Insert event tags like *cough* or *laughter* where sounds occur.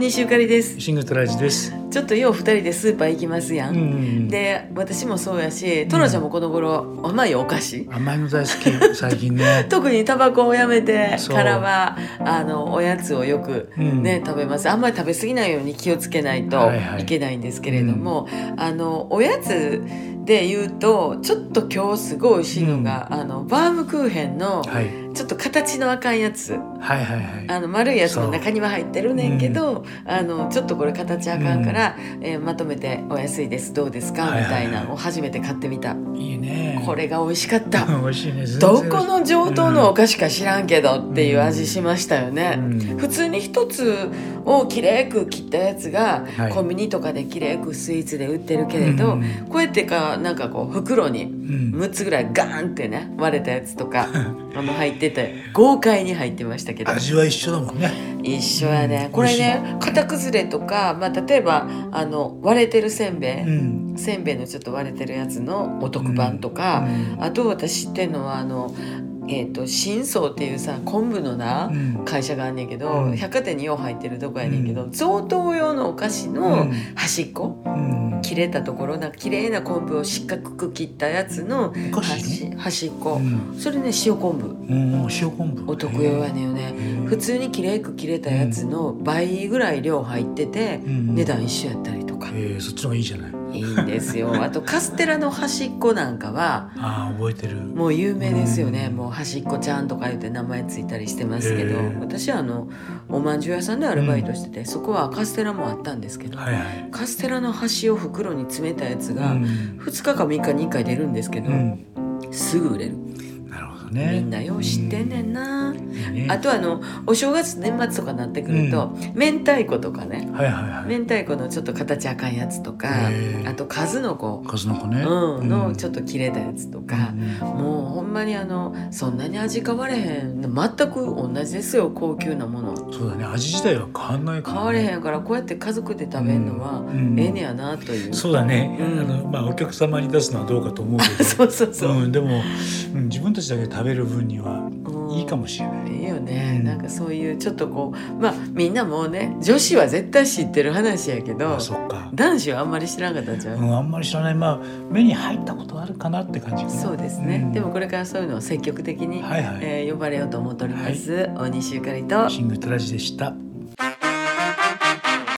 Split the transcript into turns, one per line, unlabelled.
西ゆかりです
シングトラジです。
ちょっとよう二人でスーパー行きますや、
うんん。
で私もそうやしトロちゃんもこの頃甘いお菓子、
甘いの大好き、最近ね。
特にタバコをやめて
そう
からはあのおやつをよく
うん
*laughs* ね、食べますあんまり食べ過ぎないように気をつけないと
はいはい
いけないんですけれども、あのおやつで言うとちょっと今日すごい美味しいのが、あのバームクーヘンの
はい。
ちょっと形のあかんやつ
はいはいはい。
あの丸いやつの中には入ってるねんけど、あのちょっとこれ形あかんから、えーまとめてお安いですどうですか
はい
み
はいは
た
い
いなのを初めて買ってみた、
いいね。
こ。れが美味しかった。
*laughs* 美味しいね。全然
どこの上等のお菓子か知らんけどっていう味しましたよ
う
ね。
ん。
普通に一つをきれいく切ったやつが、
はい
コンビニとかできれいくスイーツで売ってるけれど、
うん
こうやってかなんかこう袋に
うん。
6つぐらいガーンってね割れたやつとか
*laughs*
*laughs* あの入ってて豪快に入ってましたけど
味は一緒だもんね。
一緒やね、
うん
これね型崩れとか、まあ、例えばあの割れてるせんべい、
うん。
せんべいのちょっと割れてるやつのお得版とか、
うん
あと私知ってるのはあの、えー、と新宗っていうさ昆布のな、
うん
会社があんねんけど、
うん
百貨店によう入ってるとこやねんけど、贈答用のお菓子
う
の
ん
端っこ、
うん。
切れたところな綺麗な昆布を四角く切ったやつの
お菓子
端端っこ
う、ん。
それね塩昆
うん。塩昆布。
布お得用やねんよね、
へえ。
普通に綺麗く切れたやつの倍ぐらい量入ってて、
うん
値段一緒やったりとか、
ええ、そっちの方がいいじゃない。
いいんですよあとカステラの端っこなんかは
ああ、覚えてる。
もう有名ですよね、
うん
もう端っこちゃんとか言って名前ついたりしてますけど、
へえ
私はあのおまんじゅう屋さんでアルバイトしてて、そこはカステラもあったんですけど、
はいはい。
カステラの端を袋に詰めたやつ
う
が
ん。
2日か3日に1回出るんですけど、
うん。
すぐ売れる
なるほどね。
みんなよう知ってんねんな、
うん。いいね
あとあのお正月年末とかになってくると、明太子とかね
はいはいは
明
い。
太子のちょっと形あかんやつとか
へえ
あと数の子、
数の子ね。
うん、のち
ょっ
ょっと切れたやつと
と
か、もうほんまにあのそんなに味変われへん全く同じですよ高級なもの
そうだね味自体は変わんないか
変
ら、
われへんからこうやって家族で食べるのは、
うんうん
ええねやなという
そうだね、
うん
あのまあお客様に出すのはどうかと思うけ
*laughs*
ど
そうそうそう、
うん、でも、うん、自分たちだけで食べる分には
うん
いいかもしれない、
いいよね、
うん
なんかそういうちょっとこうまあみんなもうね女子は絶対知ってる話やけど
あそっか、
男子はあんまり知らんかったんちゃ
う
う、
ん、あんまり知らないまあ目に入ったことあるかなって感じかな
そうですね、
ん
でもこれからそういうのを積極的に、
はいはい
えー呼ばれようと思っております、大西ゆかりと
シングルトラジでした